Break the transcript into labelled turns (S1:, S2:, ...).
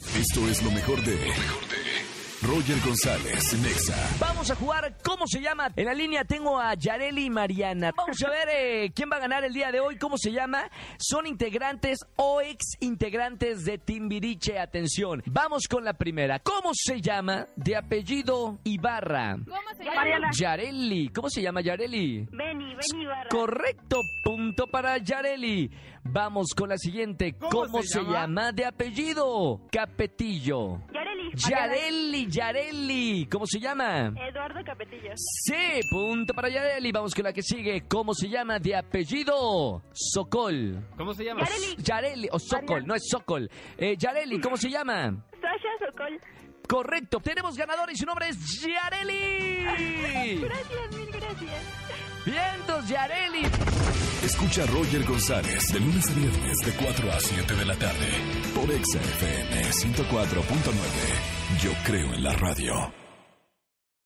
S1: Esto es lo mejor de. Roger González, Nexa.
S2: Vamos a jugar, ¿cómo se llama? En la línea tengo a Yareli y Mariana. Vamos a ver eh, quién va a ganar el día de hoy, cómo se llama. Son integrantes o ex integrantes de Timbiriche. Atención, vamos con la primera. ¿Cómo se llama? De apellido Ibarra.
S3: ¿Cómo se
S4: Mariana.
S3: llama?
S2: Yareli, ¿cómo se llama Yareli?
S4: Benny, Benny Ibarra.
S2: Correcto, punto para Yareli. Vamos con la siguiente. ¿Cómo, se, llama? de apellido? Capetillo.
S4: Yareli.
S2: Yareli, Yareli, ¿cómo se llama?
S4: Eduardo Capetillo.
S2: Sí, punto para Yareli. Vamos con la que sigue. ¿Cómo se llama de apellido? Sokol.
S5: ¿Cómo se llama?
S4: Yareli.
S2: Yareli, o Sokol,
S4: Mariana.
S2: no es Sokol. Eh, Yareli, ¿cómo se llama?
S4: Sasha Sokol.
S2: Correcto, tenemos ganador y su nombre es Yareli.
S4: Gracias, mil gracias.
S2: Vientos, Yareli.
S1: Escucha a Roger González de lunes a viernes de 4 a 7 de la tarde por Exa FM 104.9. Yo creo en la radio.